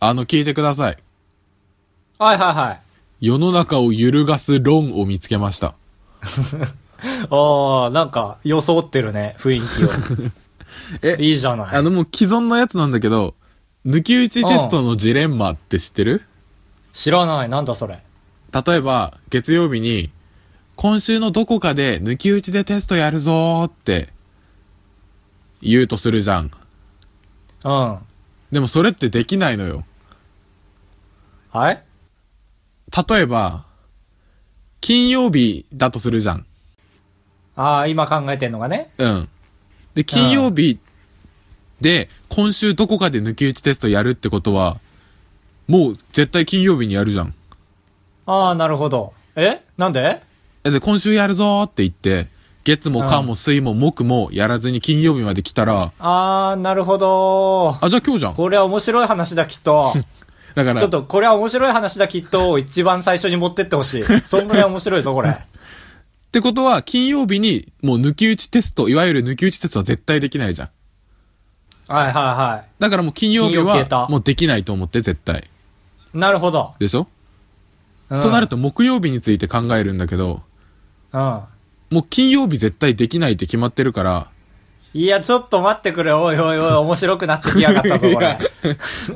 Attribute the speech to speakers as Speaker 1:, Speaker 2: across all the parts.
Speaker 1: あの、聞いてください。
Speaker 2: はいはいはい。
Speaker 1: 世の中を揺るがす論を見つけました。
Speaker 2: ああ、なんか、装ってるね、雰囲気を。
Speaker 1: え
Speaker 2: いいじゃない。
Speaker 1: あの、もう既存のやつなんだけど、抜き打ちテストのジレンマって知ってる
Speaker 2: 知らない、なんだそれ。
Speaker 1: 例えば、月曜日に、今週のどこかで抜き打ちでテストやるぞーって、言うとするじゃん。
Speaker 2: うん。は
Speaker 1: でもそれってできないのよ。
Speaker 2: い
Speaker 1: 例えば、金曜日だとするじゃん。
Speaker 2: ああ、今考えてんのがね。
Speaker 1: うん。で、金曜日で、今週どこかで抜き打ちテストやるってことは、もう絶対金曜日にやるじゃん。
Speaker 2: ああ、なるほど。えなんで
Speaker 1: えで、今週やるぞーって言って、月も火も水も木もやらずに金曜日まで来たら、
Speaker 2: ああ、なるほど。
Speaker 1: あ、じゃあ今日じゃん。
Speaker 2: これは面白い話だ、き っと。
Speaker 1: だから、
Speaker 2: ちょっと、これは面白い話だ、きっと。を一番最初に持ってってほしい。そんぐらい面白いぞ、これ。
Speaker 1: ってことは、金曜日に、もう抜き打ちテスト、いわゆる抜き打ちテストは絶対できないじゃん。
Speaker 2: はいはいは
Speaker 1: だからもう金曜日
Speaker 2: 金曜消えた
Speaker 1: は、もうできないと思って、絶対。
Speaker 2: い。なるほど。
Speaker 1: でしょ、
Speaker 2: うん、
Speaker 1: となると、木曜日について考えるんだけど、
Speaker 2: うん。
Speaker 1: もう金曜日絶対できないって決まってるから、
Speaker 2: いや、ちょっと待ってくれ。おいおいおい、面白くなってきやがったぞ、これ。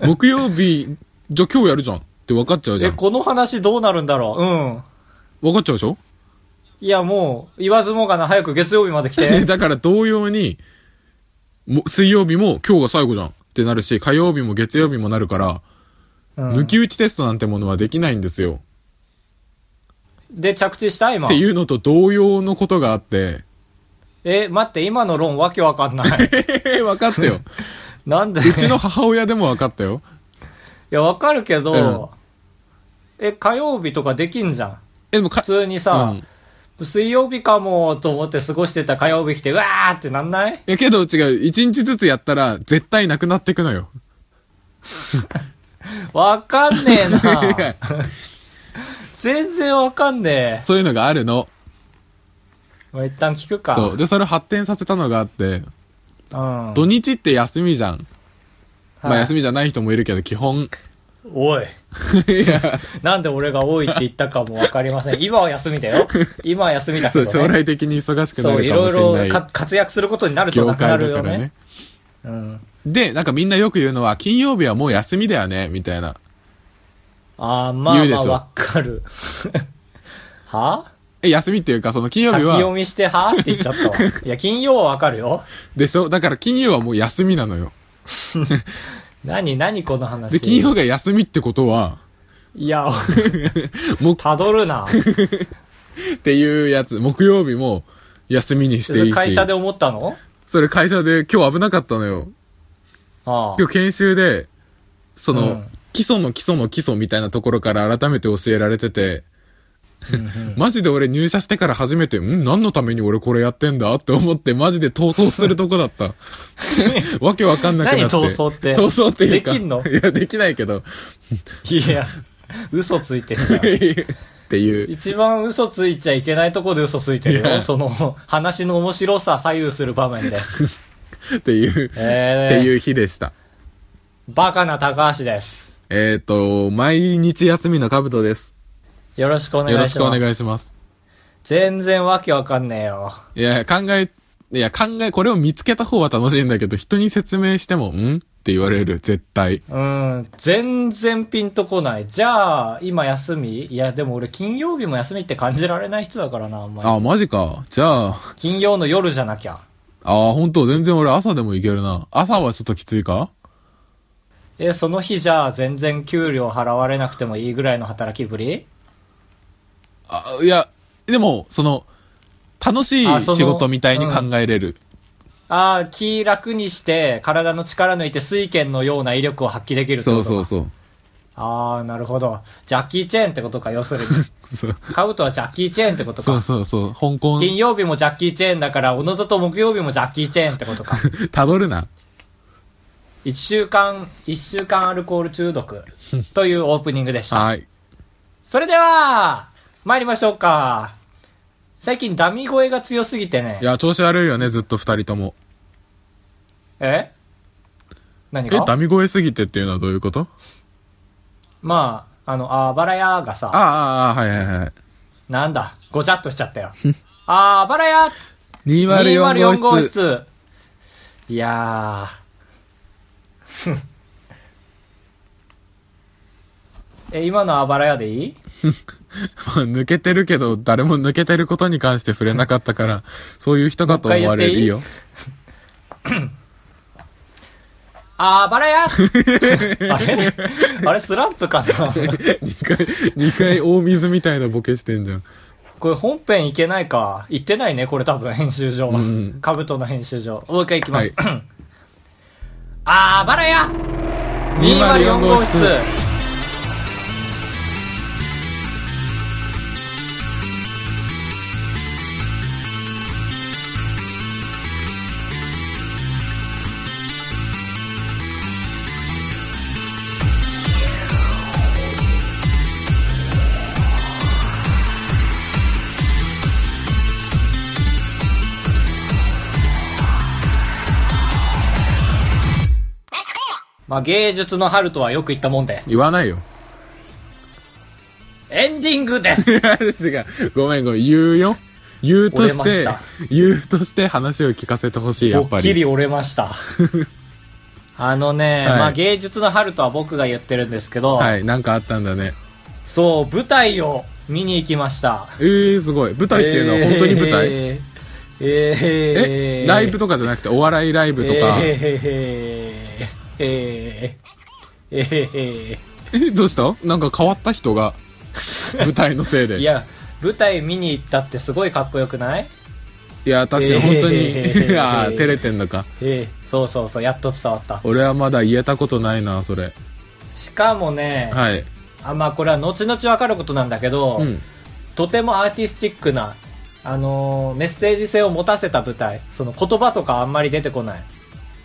Speaker 1: 木曜日、じゃあ今日やるじゃんって分かっちゃうじゃ
Speaker 2: え、
Speaker 1: ん。
Speaker 2: この話どうなるんだろう。うん。
Speaker 1: 分かっちゃうでしょ
Speaker 2: いや、もう、言わずもがな、早く月曜日 まで来 て。
Speaker 1: だから同様に、も水曜日も今日が最後じゃんってなるし、火曜日も月曜日もなるから、
Speaker 2: うん
Speaker 1: 抜き打ちテストなんてものはできないんですよ。
Speaker 2: で、着地した今
Speaker 1: っ。ていうのと同様のことがあって、
Speaker 2: え、待って、今の論わけわかん ない。
Speaker 1: ええ、分かったよ。
Speaker 2: なん で
Speaker 1: うちの母親でも分かったよ。
Speaker 2: いや、わかるけど、え、火曜日とかできんじゃん。
Speaker 1: え、でもか
Speaker 2: 普、通にさ、
Speaker 1: うん
Speaker 2: 水曜日かもと思って過ごしてた火曜日来て、うわーってなんない
Speaker 1: いやけど違う、一日ずつやったら絶対なくなってくのよ。
Speaker 2: わかんねえ な。
Speaker 1: そ
Speaker 2: 全然わかんねえ。
Speaker 1: ういうのがあるの。
Speaker 2: まあ、一旦聞くか。
Speaker 1: そう。で、それを発展させたのがあって、
Speaker 2: うん。
Speaker 1: 土日って休みじゃん。ま
Speaker 2: は
Speaker 1: あ
Speaker 2: い
Speaker 1: 休みじゃない人もいるけど、基本。
Speaker 2: おい。
Speaker 1: いや、
Speaker 2: なんで俺が多いって言ったかもわかりません。今は休みだよ。今は休みだけ
Speaker 1: そ
Speaker 2: ど、
Speaker 1: う、
Speaker 2: ね。
Speaker 1: 将来的に忙しくな
Speaker 2: そう、
Speaker 1: る
Speaker 2: い
Speaker 1: かも
Speaker 2: ろ
Speaker 1: しれない
Speaker 2: いろか活躍することになると
Speaker 1: 業
Speaker 2: なくな
Speaker 1: 界
Speaker 2: る
Speaker 1: だ
Speaker 2: よ
Speaker 1: からね
Speaker 2: ね。。うん。
Speaker 1: で、なんかみんなよく言うのは、金曜日はもう休みだよね、みたいな。
Speaker 2: あーまあ
Speaker 1: 言うで
Speaker 2: まあ
Speaker 1: しょ
Speaker 2: わかる。 は
Speaker 1: え、休みっていうか、その金曜
Speaker 2: 先
Speaker 1: 日
Speaker 2: 読
Speaker 1: は、
Speaker 2: みしてはって言っち ゃったわ。いや、金曜はわかるよ。
Speaker 1: でしょだから金曜はもう休みなのよ。
Speaker 2: 何、何この話。
Speaker 1: で、金曜が休みってことは、
Speaker 2: いや、
Speaker 1: 木
Speaker 2: たどるな。
Speaker 1: っていうやつ、木曜日も休みにし
Speaker 2: そ
Speaker 1: ていい
Speaker 2: れ
Speaker 1: し。
Speaker 2: 会社で思ったの
Speaker 1: それ会社で今日危なかったのよ。
Speaker 2: ああ。
Speaker 1: 今日研修で、その、
Speaker 2: うん
Speaker 1: 基礎の基礎の基礎みたいなところから改めて教えられてて、 マジで俺入社してから初めて、ん何のために俺これやってんだって思ってマジで逃走するとこだ った。わけわかんなくなって。
Speaker 2: 何逃走って
Speaker 1: 逃走っていうか。
Speaker 2: できんの
Speaker 1: いや、できないけど。
Speaker 2: いや、嘘ついてるじゃん
Speaker 1: っ ていう。
Speaker 2: 一番嘘ついちゃいけないとこで嘘ついてる
Speaker 1: い
Speaker 2: よ。
Speaker 1: や
Speaker 2: その、話の面白さ左右する場 面で。
Speaker 1: っていう、
Speaker 2: え
Speaker 1: って
Speaker 2: ー、
Speaker 1: いう日でした。
Speaker 2: バカな高橋です。
Speaker 1: えっ、と、毎日休みのカブトです。
Speaker 2: よろしくお願い
Speaker 1: よ
Speaker 2: し
Speaker 1: ろ
Speaker 2: ます。
Speaker 1: しくお願いします。
Speaker 2: 全然わけわかんねえよ。
Speaker 1: いや、考え、いや、考え、これを見つけた方は楽しいんだけど、人に説明しても、んって言われる、絶対。
Speaker 2: うん、全然ピンとこない。じゃあ、今休みいや、でも俺金曜日も休みって感じられない人だからな、あんまり。
Speaker 1: あ、マジか。じゃあ、
Speaker 2: 金曜の夜じゃなきゃ。
Speaker 1: あ、本当全然俺朝でもいけるな。朝はちょっときついか
Speaker 2: え、その日じゃあ全然給料払われなくてもいいぐらいの働きぶり
Speaker 1: あ、いや、でも、その、楽し
Speaker 2: あ
Speaker 1: い
Speaker 2: その
Speaker 1: 仕事みたいに考えれる。
Speaker 2: ああ、気楽にして、体の力抜いて水拳のような威力を発揮できるってこ
Speaker 1: そ
Speaker 2: と
Speaker 1: う
Speaker 2: か
Speaker 1: そうそう。
Speaker 2: ああ、なるほど。ジャッキー・チェーンってことか、要 するに。
Speaker 1: そう
Speaker 2: カブトはジャッキー・チェーンってこと
Speaker 1: そう
Speaker 2: か。
Speaker 1: そうそう。香港、
Speaker 2: 金曜日もジャッキー・チェーンだから、おのずと木曜日もジャッキー・チェーンっ てことか。
Speaker 1: たどるな。
Speaker 2: 一週間、一週間アルコール 中毒というオープニングでした。
Speaker 1: はい。
Speaker 2: それでは、参りましょうか。最近ダミ声が強すぎてね
Speaker 1: い。や、調子悪いよね、ずっと二人とも。
Speaker 2: え何
Speaker 1: え、
Speaker 2: が
Speaker 1: ダミ声すぎてっていうのはどういうこと
Speaker 2: まあ、あの、あばらやがさ、
Speaker 1: ああ、はいはいはい。
Speaker 2: なんだ、ごちゃっとしちゃったよ。あばらや
Speaker 1: 204
Speaker 2: !204
Speaker 1: 号
Speaker 2: 号
Speaker 1: 室。
Speaker 2: 室いやー え、今のあばらやでいい
Speaker 1: まあ抜けてるけど、誰も抜けてることに関して触れなかった から、そういう人かと思われるいいよ。
Speaker 2: あばら やあれあれスランプかな
Speaker 1: 二回、二回大水みたいなボケしてんじゃん。
Speaker 2: これ本編いけないか。いってないね、これ多分編集上。
Speaker 1: ん
Speaker 2: カブトの編集上。もう一回いき ます。あばらや204号室まあ芸術の春とはよく言ったもんで。
Speaker 1: 言わ ないよ。
Speaker 2: エンディングです
Speaker 1: いやですが、ごめんごめん、言うよ。言うとし
Speaker 2: 折れ
Speaker 1: て
Speaker 2: ま、
Speaker 1: 言うとして話を聞かせてほしい、や
Speaker 2: ド
Speaker 1: っぱ
Speaker 2: ッキ
Speaker 1: り。
Speaker 2: リ折れました。あのね、
Speaker 1: はい
Speaker 2: まあ芸術の春とは僕が言ってるんですけど、
Speaker 1: はい、なんかあったんだね。
Speaker 2: そう、舞台を見に行きました。
Speaker 1: えー、すごい。舞台っていうのは本当に舞台
Speaker 2: えー
Speaker 1: え、
Speaker 2: え
Speaker 1: ライブとかじゃなくて、お笑いライブとか。
Speaker 2: えーえーえーえ
Speaker 1: え、どうしたなんか変わった人が、舞台のせいで。
Speaker 2: ーい
Speaker 1: いや、
Speaker 2: や舞台見に行ったってすごいかっこよくない
Speaker 1: 確かに本当に、
Speaker 2: え ー
Speaker 1: いやー照れてんのか。
Speaker 2: えーそうそうそうやっと伝わった
Speaker 1: 俺はまだ言えたことないな、それ。
Speaker 2: しかもね、
Speaker 1: はい。
Speaker 2: あまあこれは後々わかることなんだけど、
Speaker 1: うん。
Speaker 2: とてもアーティスティックなあのーメッセージ性を持たせた舞台その言葉とかあんまり出てこない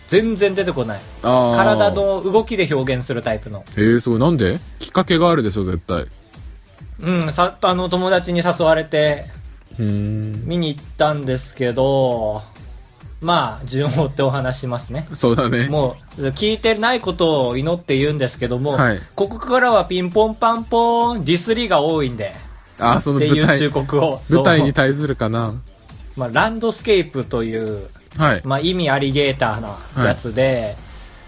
Speaker 2: 全然出てこない
Speaker 1: ああ。
Speaker 2: 体の動きで表現するタイプの
Speaker 1: えー、すごい。なんできっかけがあるでしょ、絶対。う
Speaker 2: うんさあの友達に誘われて
Speaker 1: ーん。
Speaker 2: 見に行ったんですけど、まあ、順を追ってお話しますね。
Speaker 1: そうだね。
Speaker 2: もう、聞いてないことを祈って言うんですけども、
Speaker 1: はい
Speaker 2: ここからはピンポンパンポーン、ディスりが多いんで、
Speaker 1: あーそ
Speaker 2: っ
Speaker 1: の
Speaker 2: て
Speaker 1: 舞
Speaker 2: いう
Speaker 1: 台。
Speaker 2: 忠告を。
Speaker 1: 舞台に
Speaker 2: そう
Speaker 1: 対するかな。
Speaker 2: まあ、ランドスケープという、
Speaker 1: はい。
Speaker 2: まあ、意味アリゲーターなやつで、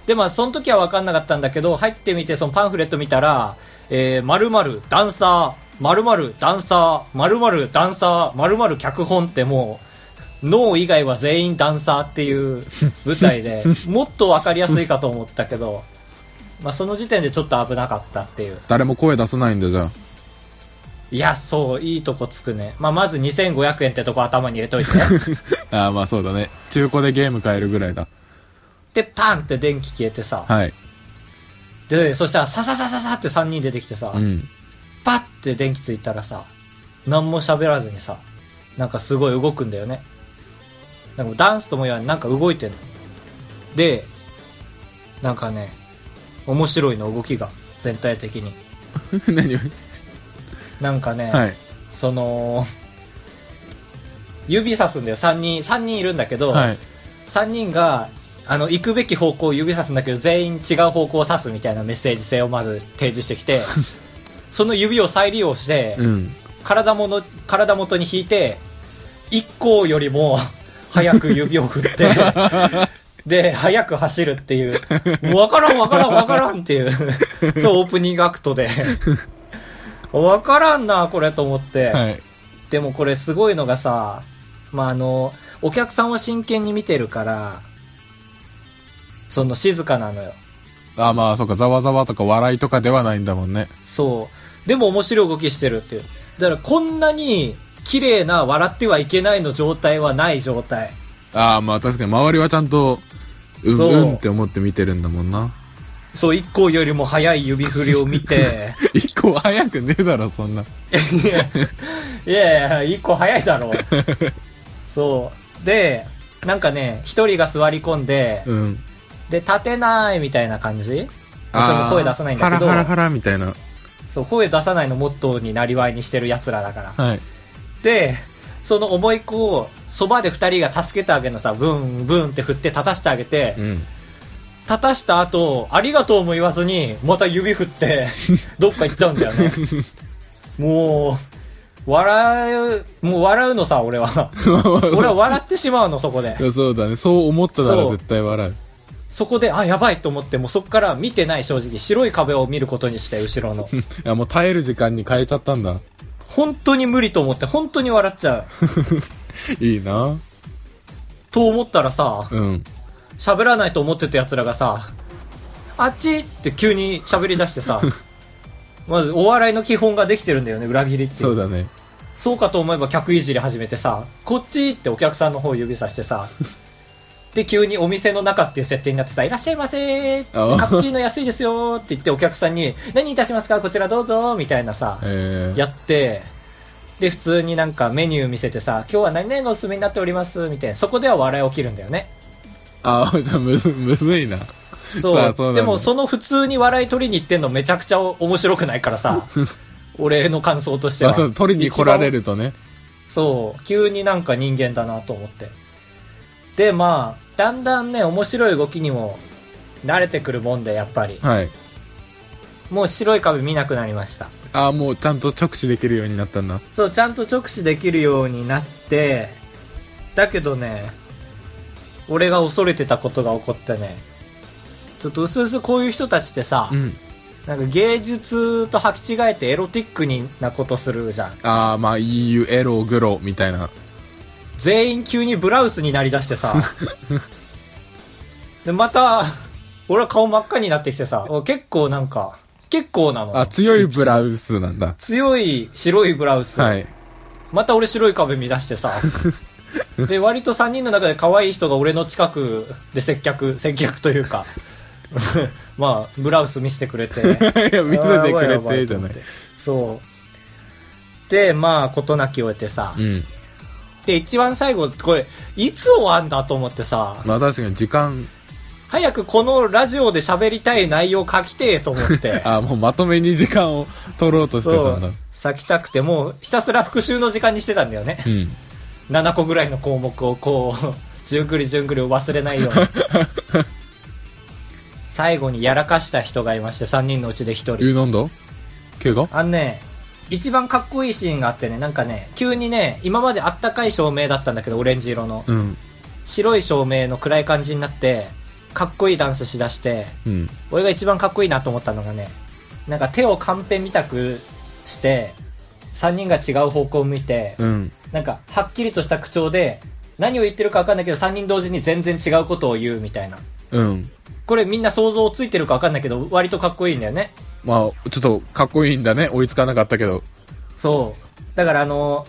Speaker 2: で、まあ、その時は分かんなかったんだけど、入ってみて、そのパンフレット見たら、えー、〇〇ダンサー、〇〇ダンサー、〇〇ダンサー、〇〇脚本ってもう、脳以外は全員ダンサーっていう舞台で、もっと分かりやすいかと思ったけど、まあ、その時点でちょっと危なかったっていう。
Speaker 1: 誰も声出さないんだ、じゃあ。
Speaker 2: いや、そう、いいとこつくね。まあ、まず2500円ってとこ頭に入れといて。
Speaker 1: ああ、まあそうだね。中古でゲーム買えるぐらいだ。
Speaker 2: で、パンって電気消えてさ、
Speaker 1: はい。
Speaker 2: で、そしたら、さささささって3人出てきてさ、
Speaker 1: うん。
Speaker 2: パッて電気ついたらさ、何も喋らずにさ、なんかすごい動くんだよね。なんかダンスとも言わない、なんか動いてんの。で、なんかね、面白いの動きが、全体的に。
Speaker 1: 何を
Speaker 2: なんかね、
Speaker 1: はい。
Speaker 2: その、指さすんだよ、3人、3人いるんだけど、
Speaker 1: はい。
Speaker 2: 3人が、あの、行くべき方向を指さすんだけど、全員違う方向を指すみたいなメッセージ性をまず提示して きて、その指を再利用して、
Speaker 1: うん。
Speaker 2: 体もの、体元に引いて、一行よりも早く指を振って、 で、早く走るっていう、もうわからんわからんわからんっ ていう、そう、オープニングアクトで、わからんな、これと思って、
Speaker 1: はい。
Speaker 2: でもこれすごいのがさ、まあ、あの、お客さんを真剣に見てるから、その静かなのよ。
Speaker 1: ああ、まあそうか、ざわざわとか笑いとかではないんだもんね。
Speaker 2: そう。でも面白い動きしてるっていう。だからこんなに綺麗な笑ってはいけないの状態はない状態。
Speaker 1: ああ、まあ確かに周りはちゃんと、うん、
Speaker 2: そう
Speaker 1: うんって思って見てるんだもんな。
Speaker 2: そう、一行よりも早い指振りを見て、
Speaker 1: 一個早くねえだろ、そんな。
Speaker 2: いやいやいや、一個早いだろ。そう。で、なんかね、一人が座り込んで、
Speaker 1: うん。
Speaker 2: で、立てないみたいな感じそれ
Speaker 1: あ
Speaker 2: も
Speaker 1: あ
Speaker 2: 声出さないんだけど
Speaker 1: ハラハラハラみたいな。
Speaker 2: そう、声出さないのモットーになりわいにしてる奴らだから。
Speaker 1: はい。
Speaker 2: で、その重い 子を、そばで二人が助けてあげるのさ、ブンブンって振って立たしてあげて、
Speaker 1: うん。
Speaker 2: 立たした後、ありがとうも言わずに、また指振って、どっか行っちゃうんだよね。もう、笑う、もう笑うのさ、俺は。俺は笑ってしまうの、そこで
Speaker 1: い。やそうだね。そう思ったなら
Speaker 2: そう
Speaker 1: 絶対笑う。
Speaker 2: そこで、あ、やばいと思って、もうそこから見てない、正直。白い壁を見ることにして、後ろの。
Speaker 1: いや、もう耐える時間に変えちゃったんだ。
Speaker 2: 本当に無理と思って、本当に笑っちゃう。
Speaker 1: いいな。
Speaker 2: と思ったらさ、
Speaker 1: うん。
Speaker 2: 喋らないと思ってた奴らがさ、あっちって急に喋り出し てさ、まずお笑いの基本ができてるんだよね、裏切りっていう
Speaker 1: そうだね。
Speaker 2: そうかと思えば客いじり始めてさ、こっちってお客さんの方を指さし てさ、で、急にお店の中っていう設定になってさ、いらっしゃいませ
Speaker 1: あ
Speaker 2: ーカプチーノ安いですよーって言ってお客さんに、何いたしますかこちらどうぞーみたいなさ、
Speaker 1: えー、
Speaker 2: やって、で、普通になんかメニュー見せてさ、今日は何々がおすすめになっておりますみたいな、そこでは笑い起きるんだよね。
Speaker 1: あ、じゃあむず、むずいな。 さ
Speaker 2: そ
Speaker 1: あ
Speaker 2: う。
Speaker 1: そうなんだ
Speaker 2: でもその普通に笑い取りに行ってんのめちゃくちゃ面白くないか らさ、俺の感想として
Speaker 1: あ
Speaker 2: は。
Speaker 1: そう取りに来られるとね。
Speaker 2: そう、急になんか人間だなと思って。で、まあ、だんだんね、面白い動きにも慣れてくるもんで、やっぱり。
Speaker 1: はい。
Speaker 2: もう白い壁見なくなりました。
Speaker 1: あ、もうちゃんと直視できるようになったんだ。
Speaker 2: そう、ちゃんと直視できるようになって、だけどね、俺が恐れてたことが起こってね、ちょっと薄々こういう人たちってさ、
Speaker 1: うん。
Speaker 2: なんか芸術と履き違えてエロティックになことするじゃん。
Speaker 1: あー、まあ、EU、エロ、グロ、みたいな。
Speaker 2: 全員急にブラウスになりだしてさでまた俺は顔真っ赤になってきてさお結構なんか結構なの
Speaker 1: あ、強いブラウスなんだ。
Speaker 2: 強い白いブラウス、
Speaker 1: はい。
Speaker 2: また俺白い壁見出してさで割と3人の中で可愛い人が俺の近くで接客接客というか まあブラウス見せてくれて
Speaker 1: いや、見せてく
Speaker 2: あーやばい
Speaker 1: れ
Speaker 2: やば
Speaker 1: て、じ
Speaker 2: いと
Speaker 1: ゃ
Speaker 2: 思
Speaker 1: な
Speaker 2: っ
Speaker 1: い
Speaker 2: て。そうでまあ事なきを得てさ、
Speaker 1: うん。
Speaker 2: で一番最後これいつ終わんだと思ってさ、
Speaker 1: まあ確かに時間、
Speaker 2: 早くこのラジオで喋りたい内容書きてえと思っ て。
Speaker 1: あ、もうまとめに時間を取ろうとして
Speaker 2: そ
Speaker 1: たんだ
Speaker 2: う。。書きたくて、もうひたすら復習の時間にしてたんだよね。
Speaker 1: うん。
Speaker 2: 7個ぐらいの項目をこう、 じゅんぐりじゅんぐり忘れないよ うに。最後にやらかした人がいまして、3人のうちで1人。
Speaker 1: え、なんだ怪我
Speaker 2: あのね、一番かっこいいシーンがあってね、なんかね、急にね、今まであったかい照明だったんだけど、オレンジ色の。
Speaker 1: うん。
Speaker 2: 白い照明の暗い感じになって、かっこいいダンスしだして、
Speaker 1: うん。
Speaker 2: 俺が一番かっこいいなと思ったのがねなんか手をカンペみたくして3人が違う方向を向いて、
Speaker 1: うん。
Speaker 2: なんかはっきりとした口調で何を言ってるか分かんないけど3人同時に全然違うことを言うみたいな
Speaker 1: うん。
Speaker 2: これみんな想像ついてるか分かんないけど割とかっこいいんだよね
Speaker 1: まあ、ちょっとかっこいいんだね。追いつかなかったけど。
Speaker 2: そうだからあの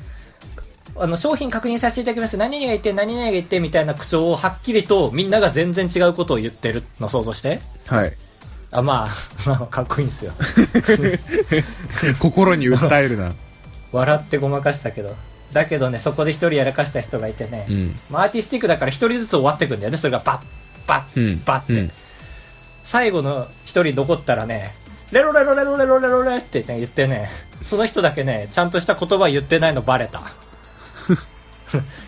Speaker 2: あの商品確認させていただきます何々が言って何々が言ってみたいな口調をはっきりとみんなが全然違うことを言ってるのを想像して
Speaker 1: はい。
Speaker 2: あまあ まあかっこいいんですよ
Speaker 1: 心に訴えるな。
Speaker 2: 笑ってごまかしたけどだけどねそこで一人やらかした人がいてね、
Speaker 1: うん。
Speaker 2: まあ、アーティスティックだから一人ずつ終わってくんだよねそれがバッバ
Speaker 1: う
Speaker 2: ッ
Speaker 1: ん。
Speaker 2: バッって、
Speaker 1: うん
Speaker 2: 最後の一人残ったらねレロレロレロレロレロレって、ね、言ってねその人だけねちゃんとした言葉言ってないのバレた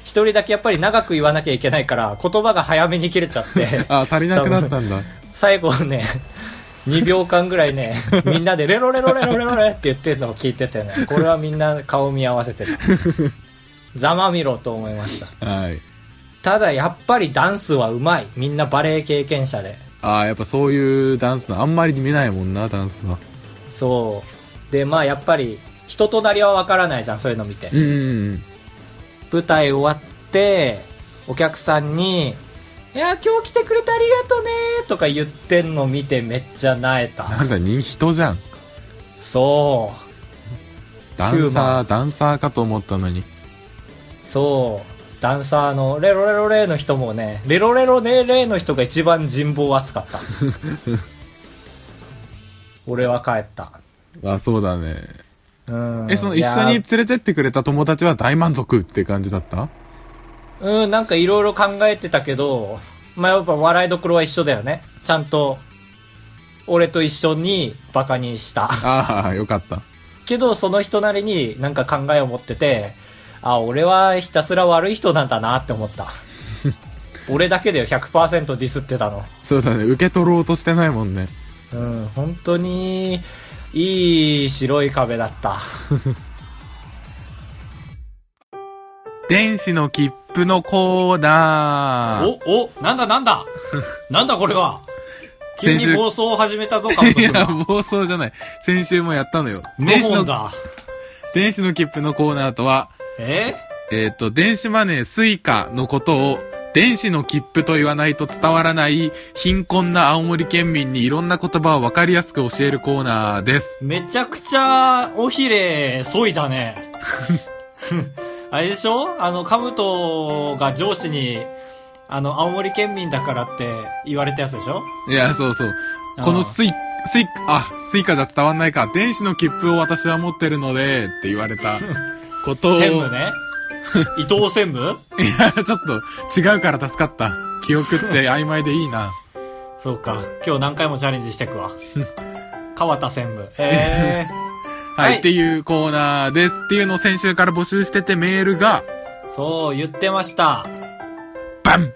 Speaker 2: 一人だけやっぱり長く言わなきゃいけないから言葉が早めに切れちゃって
Speaker 1: あ、足りなくなったんだ。
Speaker 2: 最後ね2秒間ぐらいねみんなでレロレロレロレロレって言ってるのを聞いててねこれはみんな顔見合わせてたざまみろと思いました
Speaker 1: はい。
Speaker 2: ただやっぱりダンスはうまいみんなバレエ経験者で
Speaker 1: ああ、やっぱそういうダンスの、あんまり見ないもんな、ダンスは。
Speaker 2: そうでまあやっぱり人となりはわからないじゃんそういうの見て
Speaker 1: うんうん
Speaker 2: 舞台終わってお客さんに「いや今日来てくれてありがとね」とか言ってんの見てめっちゃなえ
Speaker 1: うん。
Speaker 2: た
Speaker 1: なんだ、人、人じゃん。
Speaker 2: そう
Speaker 1: ダ
Speaker 2: ヒュ
Speaker 1: ン
Speaker 2: ー
Speaker 1: サ
Speaker 2: マ
Speaker 1: ー、ダンサーかと思ったのに。
Speaker 2: そう。ダンサーのレロレロレーの人もね、レロレロレーレーの人が一番人望厚か った。俺は帰った。
Speaker 1: あ、そうだね。
Speaker 2: うん。
Speaker 1: え、その、
Speaker 2: い
Speaker 1: 一
Speaker 2: や
Speaker 1: 緒に連れてってくれた友達は大満足って感じだった
Speaker 2: うん、なんかいろいろ考えてたけど、まあ、やっぱ笑いどころは一緒だよね。ちゃんと、俺と一緒にバカにした。
Speaker 1: ああ、よかった。
Speaker 2: けど、その人なりになんか 考えを持ってて、あ、俺はひたすら悪い人なんだなって思った。俺だけだよ、100%ディスってたの。
Speaker 1: そうだね。受け取ろうとしてないもんね。
Speaker 2: うん、本当に、いい白い壁だった。
Speaker 1: 電子の切符のコーナー。
Speaker 2: お、お、なんだな んだなんだこれは急
Speaker 1: 先週
Speaker 2: に暴走を始めたぞ、カブト
Speaker 1: い
Speaker 2: 君
Speaker 1: や、
Speaker 2: が。
Speaker 1: 暴走じゃない。先週もやったのよ。電
Speaker 2: 5
Speaker 1: 子
Speaker 2: 本
Speaker 1: の、
Speaker 2: だ。
Speaker 1: 電子の切符のコーナーとは、
Speaker 2: え
Speaker 1: えっ、と、電子マネースイカのことを、電子の切符と言わないと伝わらない、貧困な青森県民にいろんな言葉を分かりやすく教えるコーナーです。
Speaker 2: めちゃくちゃ、おひれ、そいだね。あれでしょあの、カブトが上司に、あの、青森県民だからって言われたやつでしょ
Speaker 1: いや、そうそう。
Speaker 2: あー
Speaker 1: このスイ、スイ、あ、スイカじゃ伝わんないか。電子の切符を私は持ってるので、って言われ たことを。
Speaker 2: 専務ね。伊藤専務
Speaker 1: いや、ちょっと違うから助かった。記憶って曖昧でいいな。
Speaker 2: そうか。今日何回もチャレンジしてくわ。川田専務。え
Speaker 1: はい、
Speaker 2: はい
Speaker 1: っていうコーナーです。っていうのを先週から募集しててメールが、
Speaker 2: ー、そう、言ってました。
Speaker 1: バン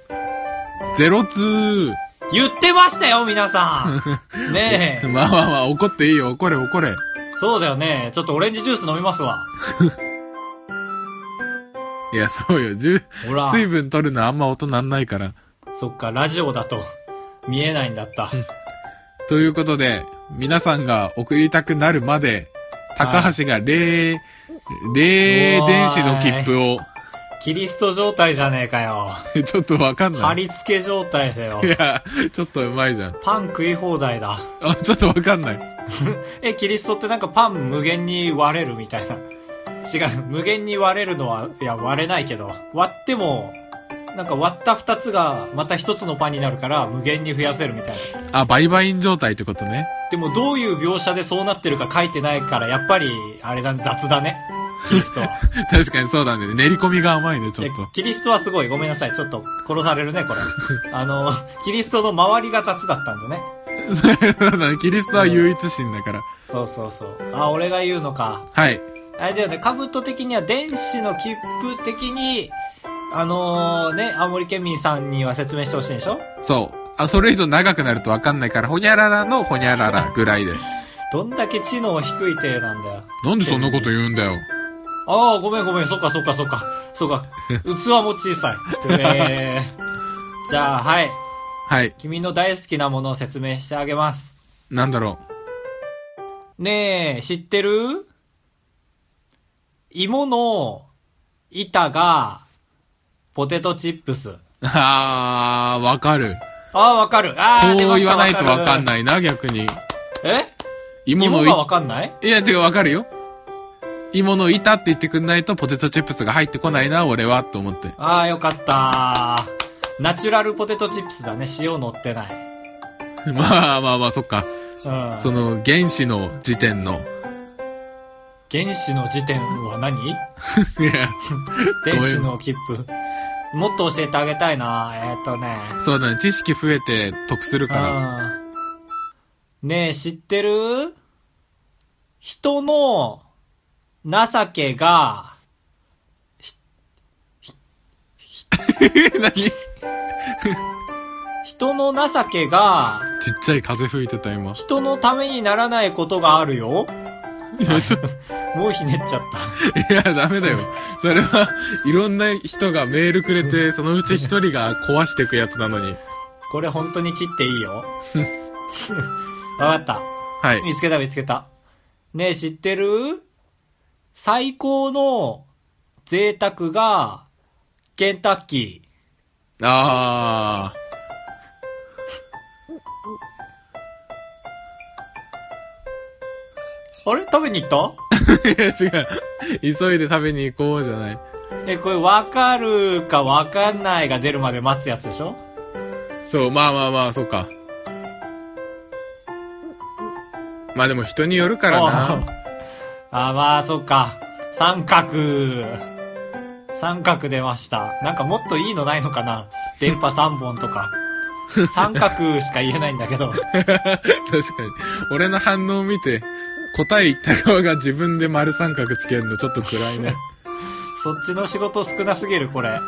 Speaker 1: ゼロツー
Speaker 2: 言ってましたよ、皆さん。ねえ。
Speaker 1: まあまあまあ、怒っていいよ。怒れ怒れ。
Speaker 2: そうだよね。ちょっとオレンジジュース飲みますわ。
Speaker 1: いや、そうよ。じゅ
Speaker 2: ほら。
Speaker 1: 水分取るのあんま音なんないから。
Speaker 2: そっか、ラジオだと見えないんだった。
Speaker 1: ということで、皆さんが送りたくなるまで、高橋が霊、霊電子の切符を、
Speaker 2: キリスト状態じゃねえかよ。
Speaker 1: ちょっとわかん
Speaker 2: 貼
Speaker 1: ない。
Speaker 2: り付け状態 だよ
Speaker 1: い。や、ちょっとうまいじゃん。
Speaker 2: パン食い放題だ。
Speaker 1: あ、ちょっとわかんない。
Speaker 2: え、キリストってなんかパン無限に割れるみたいな。違う、無限に割れるのは、いや、割れないけど、割っても、なんか割った二つがまた一つのパンになるから無限に増やせるみたいな。
Speaker 1: あ、売買員状態ってことね。
Speaker 2: でもどういう描写でそうなってるか書いてないから、やっぱり、あれだ、雑だね。キリ ストは。
Speaker 1: 確かにそうだね。練り込みが甘いね、ちょっ
Speaker 2: いや
Speaker 1: と。
Speaker 2: キリストはすごい。ごめんなさい。ちょっと殺されるね、これ。あの、キリストの周りが雑だったんでね。
Speaker 1: そうだねキリストは唯一神だから。
Speaker 2: そうそうそう。あ、俺が言うのか。
Speaker 1: はい。
Speaker 2: あれだよね、カブト的には電子の切符的に、あのね、青森県民さんには説明してほしいんでしょ
Speaker 1: そう。あ、それ以上長くなるとわかんないから、ほにゃららのほにゃららぐらいで。
Speaker 2: どんだけ知能低い体なんだよ。
Speaker 1: なんでそんなこと言うんだよ。
Speaker 2: ああ、ごめんごめん。そっかそっかそっか。そっか。器も小さい。 えー、じゃあ、はい。
Speaker 1: はい。
Speaker 2: 君の大好きなものを説明してあげます。
Speaker 1: なんだろ
Speaker 2: ねえ、知ってる芋の板がポテトチップス。
Speaker 1: う。あー、わかる。
Speaker 2: ああ、わかる。ああ、
Speaker 1: こ
Speaker 2: 出
Speaker 1: う
Speaker 2: まし
Speaker 1: 言
Speaker 2: た
Speaker 1: わないとわかん
Speaker 2: い。
Speaker 1: ないな、逆に。
Speaker 2: え
Speaker 1: 芋の
Speaker 2: 芋
Speaker 1: い
Speaker 2: がわかんない
Speaker 1: いや違う、わかるよ。芋の板って言ってくんないとポテトチップスが入ってこないな、俺は、と思って。
Speaker 2: ああ、よかった。ナチュラルポテトチップスだね。塩乗ってない。
Speaker 1: まあまあまあ、そっか。
Speaker 2: うん。
Speaker 1: その、原子の時点の。
Speaker 2: 原子の時点は何
Speaker 1: いや、
Speaker 2: 電子の切符。もっと教えてあげたいな。えーっ、とね。
Speaker 1: そうだね、知識増えて得するから。
Speaker 2: うんねえ、知ってる人の情けが、
Speaker 1: 何ちっ
Speaker 2: 人の情けが、
Speaker 1: ちゃい風吹いてた、今。
Speaker 2: 人のためにならないことがあるよ。
Speaker 1: いや、ちょっ
Speaker 2: もうひねっちゃっ
Speaker 1: と、いや、ダメだよ。それは、いろんな人がメールくれて、そのうち一人が壊していくやつなのに。
Speaker 2: た。これ本当に切っていいよ。 わかった。
Speaker 1: はい。
Speaker 2: 見つけた見つけた。ねえ、知ってる最高の贅沢が、ケンタッキー。
Speaker 1: あ
Speaker 2: あれ食べに行った
Speaker 1: ー。 いや、違う。急いで食べに行こうじゃない。
Speaker 2: え、これ分かるか分かんないが出るまで待つやつでしょ
Speaker 1: そう、まあまあまあ、そうか。まあでも人によるから
Speaker 2: あ
Speaker 1: な。
Speaker 2: あ、まあ、そっか。三角。三角出ました。なんかもっといいのないのかな電波三本とか。三角しか言えないんだけど。
Speaker 1: 確かに。俺の反応を見て、答え言った側が自分で丸三 角つけるのちょっと辛いね。
Speaker 2: そっちの仕事少なすぎる、これ。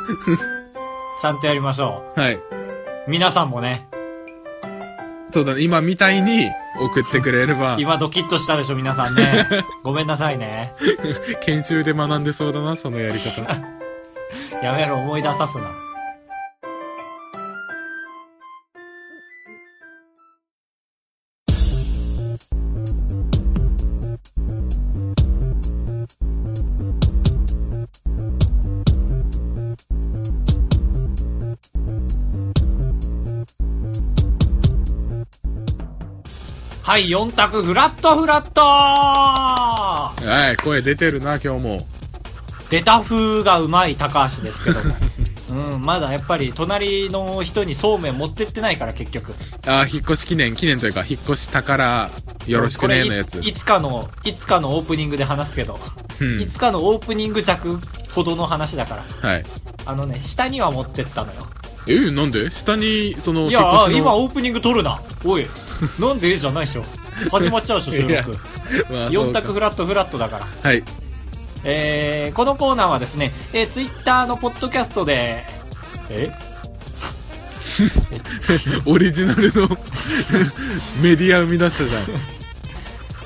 Speaker 2: ちゃんとやりましょ
Speaker 1: はい。
Speaker 2: う。皆さんもね、
Speaker 1: そうだね、今みたいに送ってくれれば、
Speaker 2: 今ドキッとしたでしょ、皆さんね。ごめんなさいね。
Speaker 1: 研修で学んでそうだな、そのやり方。
Speaker 2: やめろ、思い出さすな。はい、4択、フラットフラット
Speaker 1: はい、声出てるな、今日も。
Speaker 2: 出た風がうまい高橋ですけども うんまだやっぱり隣の人にそうめん持ってってないから結局
Speaker 1: あー、引っ越し記念、記念というか、引っ越し宝、よろしく
Speaker 2: これ
Speaker 1: ね、
Speaker 2: い
Speaker 1: のやつ。
Speaker 2: いつかのいつかのオープニングで話すけど、
Speaker 1: うん
Speaker 2: いつかのオープニング弱ほどの話だから
Speaker 1: はい。
Speaker 2: あのね下には持ってったのよ
Speaker 1: えー、なんで下に、その、
Speaker 2: いや
Speaker 1: 引っ
Speaker 2: あ
Speaker 1: 越 し
Speaker 2: 今
Speaker 1: の。
Speaker 2: オープニング撮るなおいなんでじゃないでしょ始まっちゃうでしょ収
Speaker 1: いや
Speaker 2: 録
Speaker 1: まあ
Speaker 2: 4。
Speaker 1: そう
Speaker 2: 択フラットフラットだから
Speaker 1: かはい。
Speaker 2: えーこのコーナーはですね、えー、ツイッターのポッドキャストでえ
Speaker 1: オリジナルのメディア生み出したじゃん。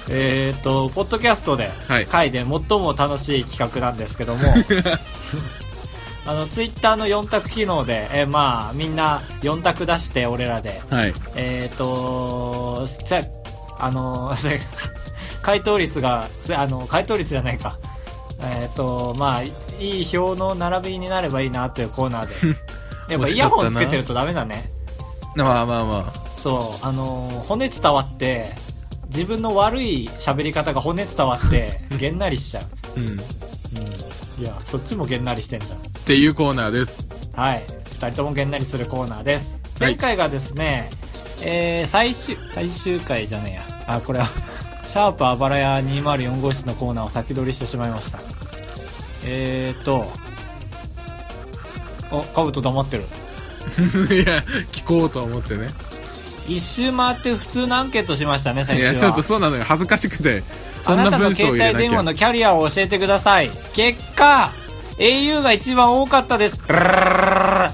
Speaker 2: えー、と、ポッドキャストで、
Speaker 1: はい
Speaker 2: 回で最も楽しい企画なんですけど も、あの、ツイッターの4択機能で、えーまあ、みんな4択出して、俺らで、
Speaker 1: はい。
Speaker 2: えー、と、せあの、 せ回答率が、つあの、回答率じゃないか。えー、と、まあ、いい票の並びになればいいなというコーナー で。やっぱイヤホンつけてるとダメだね。
Speaker 1: まあまあま
Speaker 2: そう、あのー骨伝わって、自分の悪い喋り方が骨伝 わって、げんなりしちゃう。
Speaker 1: あ。うん。っ
Speaker 2: いや、そっちもげんなりしてんじゃん。
Speaker 1: ていうコーナーです。
Speaker 2: はい。二人ともげんなりするコーナーです。
Speaker 1: はい
Speaker 2: 前回がですね、えー、最終、最終回じゃねえや。あ、これは、 シャープあばらや204号室のコーナーを先取りしてしまいました。えーと、お、カブト黙ってる。
Speaker 1: いや、聞こうと思ってね。
Speaker 2: 一周回って普通のアンケートしましたね、
Speaker 1: い
Speaker 2: 先週は。
Speaker 1: や、ちょっとそうなのよ。恥ずかしくて。そ
Speaker 2: あ
Speaker 1: ん
Speaker 2: な
Speaker 1: な
Speaker 2: たの
Speaker 1: 文章
Speaker 2: 携
Speaker 1: を入れ
Speaker 2: 帯
Speaker 1: なき
Speaker 2: 電話
Speaker 1: ゃ。
Speaker 2: のキャリアを教えてください。結果、au が一番多かっ たです。ダ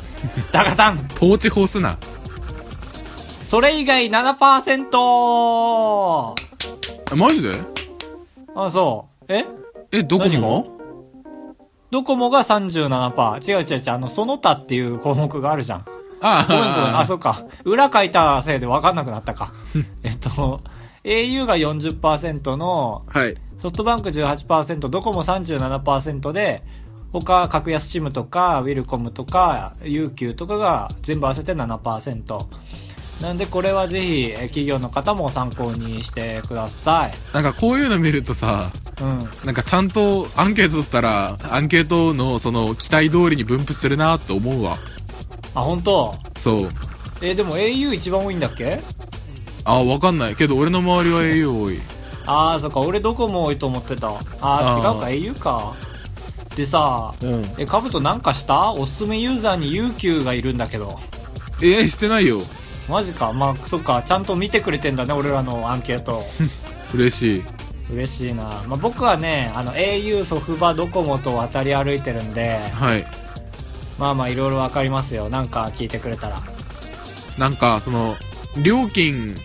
Speaker 2: ガタン。
Speaker 1: 統治法すな。
Speaker 2: それ以外7%。
Speaker 1: マジで
Speaker 2: あ、そう。え
Speaker 1: え、どこ
Speaker 2: 何が
Speaker 1: も
Speaker 2: ドコモが37%。違う違う違う。あの、その他っていう項目があるじゃん。
Speaker 1: あ
Speaker 2: ごめんごめん。あ、
Speaker 1: あ、
Speaker 2: そっか。裏書いたせいで分かんなくなっ たか。えっと、au が40%の、
Speaker 1: はい。
Speaker 2: ソフトバンク18%、ドコモ37%で、他、格安シムとか、ウィルコムとか、UQ とかが全部合わせて7%。なんでこれはぜひ、え企業の方も参考にしてください。
Speaker 1: なんかこういうの見るとさ、
Speaker 2: うん。
Speaker 1: なんかちゃんとアンケート取ったら、アンケートのその期待通りに分布するなと思うわ。
Speaker 2: あ、本当
Speaker 1: そう。
Speaker 2: えーでも au 一番多いんだっけ
Speaker 1: あ、わかんない。けど俺の周りは au 多い。
Speaker 2: あー、そっか、俺ドコモ多いと思ってた。あー、
Speaker 1: あ
Speaker 2: 違うか、au か。でさ、
Speaker 1: うん。
Speaker 2: え、カブトなんかしたおすすめユーザーに UQ がいるんだけど。
Speaker 1: えー、してないよ。
Speaker 2: マジか。まあ、そっか、ちゃんと見てくれてんだね、俺らのアンケー ト。
Speaker 1: 嬉しい。
Speaker 2: 嬉しいな、まあ、僕はねあの au ソフバドコモと渡り歩いてるんで
Speaker 1: はい。
Speaker 2: まあまあいろいろわかりますよなんか聞いてくれたら
Speaker 1: なんか、その、料金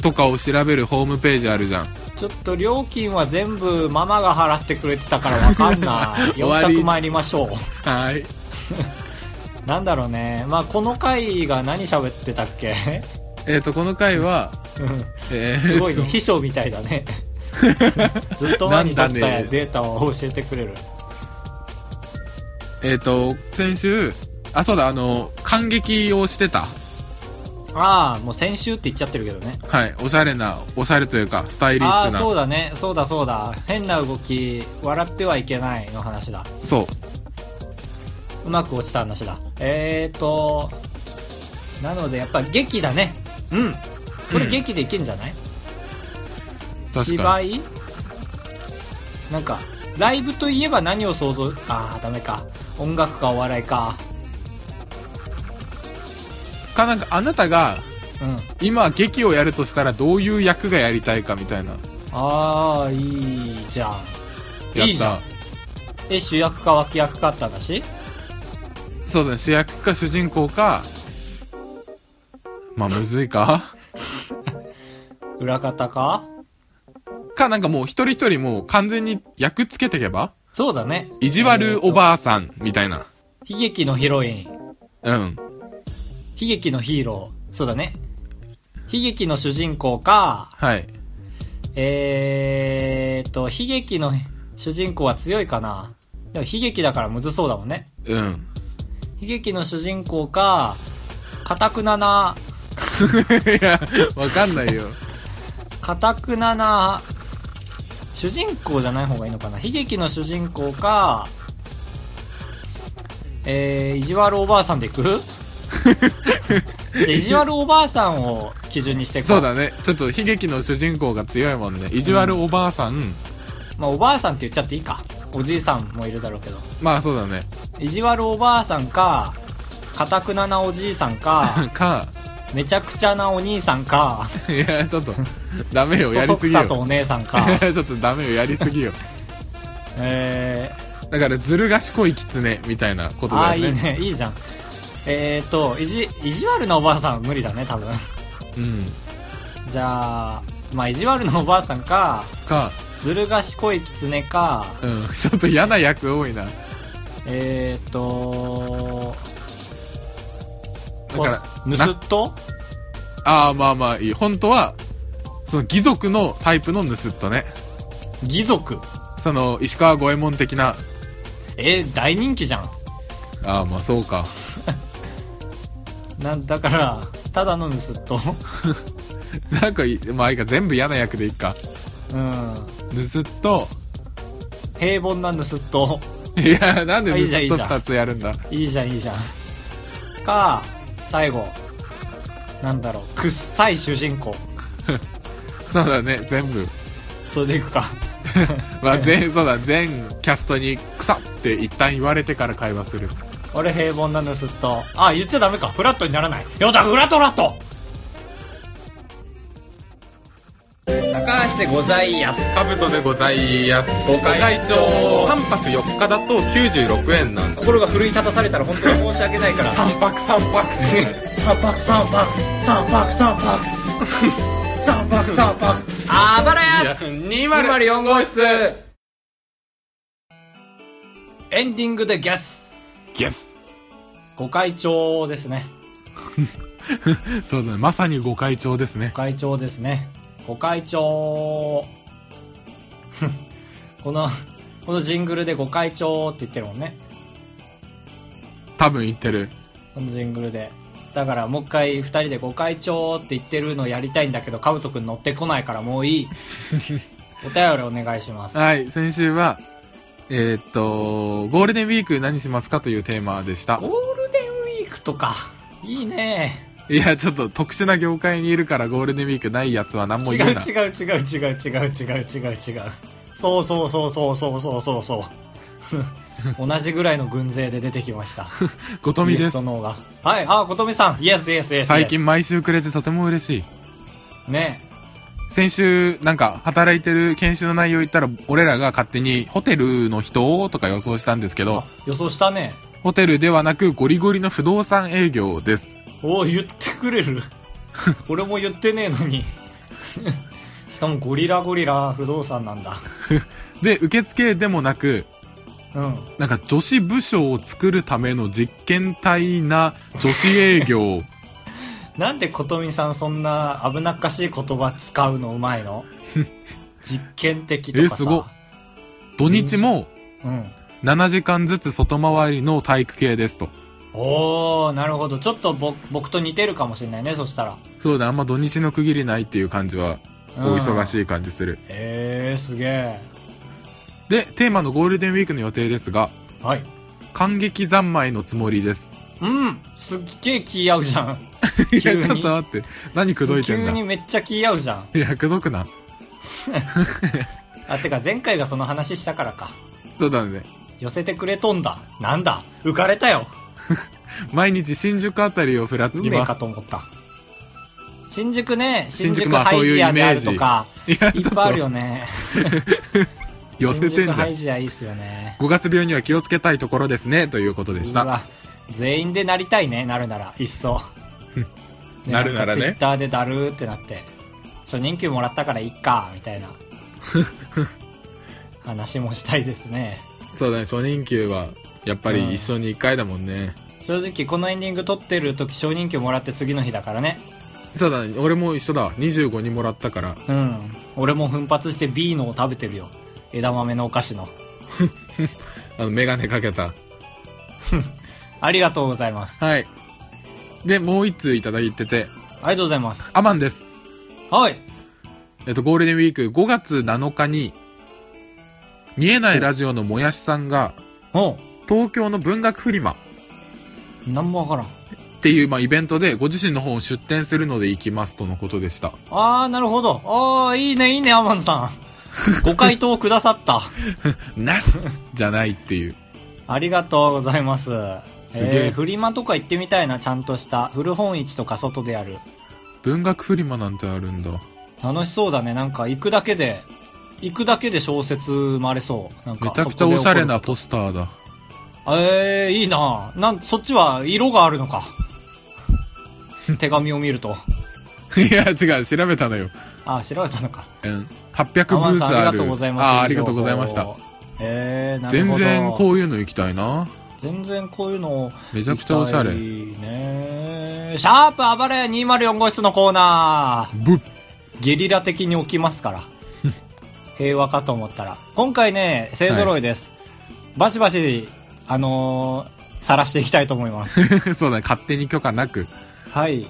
Speaker 1: とかを調べるホームページあるじゃん。
Speaker 2: ちょっと料金は全部ママが払ってくれてたからわかんな い
Speaker 1: 終わり
Speaker 2: 4択参りましょ
Speaker 1: はい。
Speaker 2: うなんだろうねまあこの回が何喋ってたっけ
Speaker 1: えっ、と、この回は、
Speaker 2: うん
Speaker 1: えー、
Speaker 2: すごいね
Speaker 1: えっ
Speaker 2: 秘書みたい だねずっと前に取
Speaker 1: な
Speaker 2: っ
Speaker 1: んだ
Speaker 2: た
Speaker 1: ね
Speaker 2: データを教えてくれる
Speaker 1: とえーと、先週、あ、そうだ、あの、感激をしてた。
Speaker 2: ああもう先週って言っちゃってるけどね
Speaker 1: はい。おしゃれな、おしゃれというか、スタイリッシ
Speaker 2: あ
Speaker 1: ュ
Speaker 2: あ
Speaker 1: な。
Speaker 2: そうだねそうだそうだ変な動き笑ってはいけないの話だ
Speaker 1: そう。
Speaker 2: うまく落ちた話だえーとなのでやっぱ劇だねうんこれ劇でいけんじゃない、
Speaker 1: 確かに
Speaker 2: 芝居なんかライブといえば何を想像ああダメか音楽かお笑いか
Speaker 1: かなんかあなたが
Speaker 2: うん
Speaker 1: 今劇をやるとしたらどういう役がやりたいかみたいな
Speaker 2: ああいいじゃん
Speaker 1: や
Speaker 2: いい
Speaker 1: っ
Speaker 2: じゃ
Speaker 1: た
Speaker 2: んえ主役か脇役かって話
Speaker 1: そうだね、主役か主人公か、まあ、むずいか
Speaker 2: 裏方か
Speaker 1: か、なんかもう一人一人もう完全に役つけてけば
Speaker 2: そうだね。
Speaker 1: 意地悪おばあさん、みたいな。
Speaker 2: 悲劇のヒロイン。
Speaker 1: うん。
Speaker 2: 悲劇のヒーロー。そうだね。悲劇の主人公か、
Speaker 1: はい。
Speaker 2: えーっと、悲劇の主人公は強いかな。でも悲劇だからむずそうだもんね。
Speaker 1: うん。
Speaker 2: 悲劇の主人公か、かたくなな、
Speaker 1: いや、 わかんないよ。
Speaker 2: かたくなな、主人公じゃない方がいいのかな。悲劇の主人公か、えー、意地悪おばあさんでいくじゃあ意地悪おばあさんを基準にしていく か
Speaker 1: そうだね。ちょっと悲劇の主人公が強いもんね。意地悪おばあさん。
Speaker 2: まあ、おばあさんって言っちゃっていいか。おじいさんもいるだろうけど。
Speaker 1: まあそうだね。
Speaker 2: 意地悪おばあさんか、かたくななおじいさ んか、
Speaker 1: か、
Speaker 2: めちゃくちゃなお兄さんか、
Speaker 1: いや、ちょっと、ダメよ、
Speaker 2: そ
Speaker 1: や
Speaker 2: そ
Speaker 1: り
Speaker 2: く
Speaker 1: すぎ
Speaker 2: さ
Speaker 1: よ。
Speaker 2: とお姉さ んか。
Speaker 1: いやちょっとダメよ、やりすぎよ。
Speaker 2: え
Speaker 1: だから、ずる賢い狐みたいなこ
Speaker 2: ー、
Speaker 1: と
Speaker 2: あ
Speaker 1: だ
Speaker 2: あ、
Speaker 1: よ
Speaker 2: い
Speaker 1: ね。
Speaker 2: いね、いいじゃん。えーと、意地、意地悪なおばあさんは無理だね、多分。
Speaker 1: うん。
Speaker 2: じゃあ、まあ、意地悪なおばあさんか、
Speaker 1: か、
Speaker 2: ずる賢い狐か、
Speaker 1: うん。ちょっと嫌な役多いな。
Speaker 2: えーと、
Speaker 1: だから
Speaker 2: ぬすっと
Speaker 1: ああ、まあまあいい。本当は、その、義賊のタイプの盗っ人ね。
Speaker 2: 義族。
Speaker 1: その、石川五右衛門的な、
Speaker 2: えー、大人気じゃん。
Speaker 1: ああ、まあそうか。
Speaker 2: なんだから、ただの盗っ人。
Speaker 1: なんかい、まあいいか、全部嫌な役でいいか。
Speaker 2: うん。
Speaker 1: 盗っ人、
Speaker 2: 平凡な盗っ人。
Speaker 1: いや、なんで
Speaker 2: あいいじゃんいいじ
Speaker 1: 盗
Speaker 2: ゃ
Speaker 1: っ
Speaker 2: ん
Speaker 1: 人二つやるんだ。
Speaker 2: いいじゃん、いいじゃん。か、最後。なんだろう、くっさい主人公。
Speaker 1: そうだね、全部。
Speaker 2: それでいくか。
Speaker 1: まあ全、そうだ、全キャストに、くさって一旦言われてから会話する。
Speaker 2: 俺平凡な盗っ人。あ、言っちゃダメか。フラットにならない。よだ、フラットラット高橋でございやす。
Speaker 1: カブトでございます。ご
Speaker 2: 会長
Speaker 1: 3泊4日だと96円なんで
Speaker 2: 心が奮い立たされたら本当に申し訳ないから。
Speaker 1: 3泊3泊って。
Speaker 2: 三泊三泊三泊三泊三泊三泊あばらや
Speaker 1: 204号室
Speaker 2: エンディングでギャス
Speaker 1: ゲス
Speaker 2: ご会長ですね
Speaker 1: そうだね、まさにご会長ですね
Speaker 2: ご。会長ですねご会長 このこのジングルでご会長って言ってるもんね
Speaker 1: 多分言ってる。
Speaker 2: このジングルでだからもう一回二人でご会長って言ってるのやりたいんだけどカブト君乗ってこないからもう いいお便りお願いします
Speaker 1: はい、先週は、えーっと、ゴールデンウィーク何しますかというテーマでした
Speaker 2: ゴ。ールデンウィークとかいいね
Speaker 1: いや、ちょっと特殊な業界にいるからゴールデンウィークないやつは何も
Speaker 2: 違う
Speaker 1: 言うな。
Speaker 2: 違う違う違う違う違う違う違うそうそうそうそうそうそうそうそう 同じぐらいの軍勢で出てきました
Speaker 1: ことみ
Speaker 2: イエ
Speaker 1: で
Speaker 2: ス
Speaker 1: す
Speaker 2: と。ノーがはいあ琴美さんイエスイエスイエス
Speaker 1: 最近毎週くれてとても嬉しい。
Speaker 2: ね
Speaker 1: 先週、なんか、働いてる研修の内容言ったら、俺らが勝手にホテルの人をとか予想したんですけど
Speaker 2: あ、予想したね
Speaker 1: ホテルではなくゴリゴリの不動産営業です。
Speaker 2: おお言ってくれる 俺も言ってねえのに しかもゴリラゴリラ不動産なんだ
Speaker 1: で、受付でもなく、
Speaker 2: うん
Speaker 1: なんか女子部署を作るための実験体な女子営 業。
Speaker 2: なんで琴美さんそんな危なっかしい言葉使うのうま いの実験的とかさ
Speaker 1: えすごっ土日も
Speaker 2: うん
Speaker 1: 7時間ずつ外回りの体育系ですと。
Speaker 2: おー、なるほど。ちょっと僕僕と似てるかもしれないね、そしたら。
Speaker 1: そうだ、あんま土日の区切りないっていう感じは、お
Speaker 2: うん
Speaker 1: 忙しい感じする。
Speaker 2: えー、すげえ。
Speaker 1: で、テーマのゴールデンウィークの予定ですが、
Speaker 2: はい。
Speaker 1: 感激三昧のつもりです。
Speaker 2: うんすっげえ気合うじゃん。
Speaker 1: いや、
Speaker 2: 急
Speaker 1: ちょっ
Speaker 2: に
Speaker 1: と。待って。何口説いてん
Speaker 2: 急
Speaker 1: だ。
Speaker 2: に
Speaker 1: い
Speaker 2: めっちゃ気合うじゃん。
Speaker 1: や、口説くな。
Speaker 2: あ、てか前回がその話したからか。
Speaker 1: そうだね。
Speaker 2: 寄せてくれとんだ。なんだ浮かれたよ。
Speaker 1: 毎日新宿あたりをふらつ
Speaker 2: 運
Speaker 1: き
Speaker 2: 命
Speaker 1: ま
Speaker 2: か
Speaker 1: す。
Speaker 2: と思った。新宿ね、新宿
Speaker 1: まあ
Speaker 2: ハイジアである
Speaker 1: そういう
Speaker 2: と
Speaker 1: イメ
Speaker 2: か、
Speaker 1: いや、
Speaker 2: いっ
Speaker 1: ちょっ
Speaker 2: ぱいあ
Speaker 1: と
Speaker 2: るよね。
Speaker 1: 寄せてんじ
Speaker 2: 新
Speaker 1: ゃ
Speaker 2: 宿ハ
Speaker 1: ん
Speaker 2: イ。ジアいいっすよね。
Speaker 1: 五月病には気をつけたいところですね、ということでし
Speaker 2: う
Speaker 1: た。
Speaker 2: わ、全員でなりたいね、なるなら、いっそ。で
Speaker 1: なるならね
Speaker 2: ツイッターでだるーってなって、初任給もらったからいっか、みたいな。話もしたいですね。
Speaker 1: そうだね、初任給は、やっぱり一緒に一回だもんね。
Speaker 2: 正直、このエンディング撮ってる時、初任給もらって次の日だからね。
Speaker 1: そうだね、俺も一緒だわ。25にもらったから。
Speaker 2: うん。俺も奮発して B のを食べてるよ。枝豆のお菓子の。
Speaker 1: あの、メガネかけた。
Speaker 2: ありがとうございます。
Speaker 1: はい。で、もう一通いただいてて、
Speaker 2: ありがとうございます。
Speaker 1: アマンです。
Speaker 2: はい。
Speaker 1: えっと、ゴールデンウィーク5月7日に、見えないラジオのもやしさんが、
Speaker 2: おう
Speaker 1: 東京の文学フリマ
Speaker 2: なんもわからん。
Speaker 1: っていう、まあ、イベントでご自身の本を出展するので行きますとのことでした。
Speaker 2: あー、なるほど。あー、いいね、いいね、アマ ンさん。ご回答くださった。
Speaker 1: なしじゃないっていう。
Speaker 2: ありがとうございます。
Speaker 1: すげえ
Speaker 2: えーフリマとか行ってみたいな、ちゃんとした。古本市とか外でやる。
Speaker 1: 文学フリマなんてあるんだ。
Speaker 2: 楽しそうだね。なんか行くだけで、行くだけで小説生まれそう。なんか
Speaker 1: めちゃくちゃおしゃれなポ
Speaker 2: ス。
Speaker 1: スターだ。
Speaker 2: えー、いいななん、そっちは色がある のか。手紙を見ると。
Speaker 1: いや、違う、調べたのよ。
Speaker 2: あー、調べたのか。
Speaker 1: うん。800
Speaker 2: アマ
Speaker 1: ブー
Speaker 2: ン
Speaker 1: ス
Speaker 2: さ
Speaker 1: あ
Speaker 2: ん、
Speaker 1: る。
Speaker 2: ありがとうございます。
Speaker 1: あーありがとうございました
Speaker 2: 情。報。えー、なる
Speaker 1: 全
Speaker 2: ほど。
Speaker 1: 然こういうの行きたいな。
Speaker 2: 全然こういうの
Speaker 1: めちゃくちゃおしゃれ
Speaker 2: 行きたいねシャープ暴れ204号室のコーナ
Speaker 1: ぶっ。
Speaker 2: ーゲリラ的に起きます から平和かと思ったら今回ね勢揃いです、バシバシあのー、晒していきたいと思います
Speaker 1: そうだね、勝手に許可なく。
Speaker 2: はい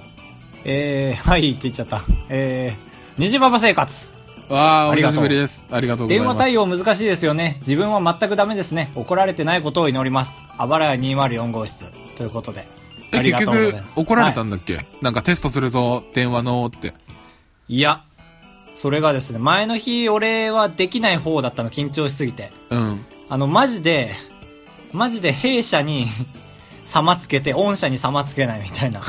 Speaker 2: えー、はいって言っちゃったえー、虹パパ生活
Speaker 1: わあ、お
Speaker 2: あり
Speaker 1: 久
Speaker 2: が
Speaker 1: し
Speaker 2: とう
Speaker 1: ぶりです。ありがとうござい
Speaker 2: 電話
Speaker 1: ます。
Speaker 2: 対応難しいですよね。自分は全くダメですね。怒られてないことを祈ります。あばらや204号室。ということで。あ
Speaker 1: え、
Speaker 2: りが
Speaker 1: 結
Speaker 2: とうござい
Speaker 1: 局
Speaker 2: ます。、
Speaker 1: 怒られた
Speaker 2: はい
Speaker 1: んだっけ、なんかテストするぞ、電話のって。
Speaker 2: いや、それがですね、前の日俺はできない方だったの、緊張しすぎて。
Speaker 1: うん。
Speaker 2: あの、マジで、マジで弊社に 様つけて、御社に様つけないみたいな。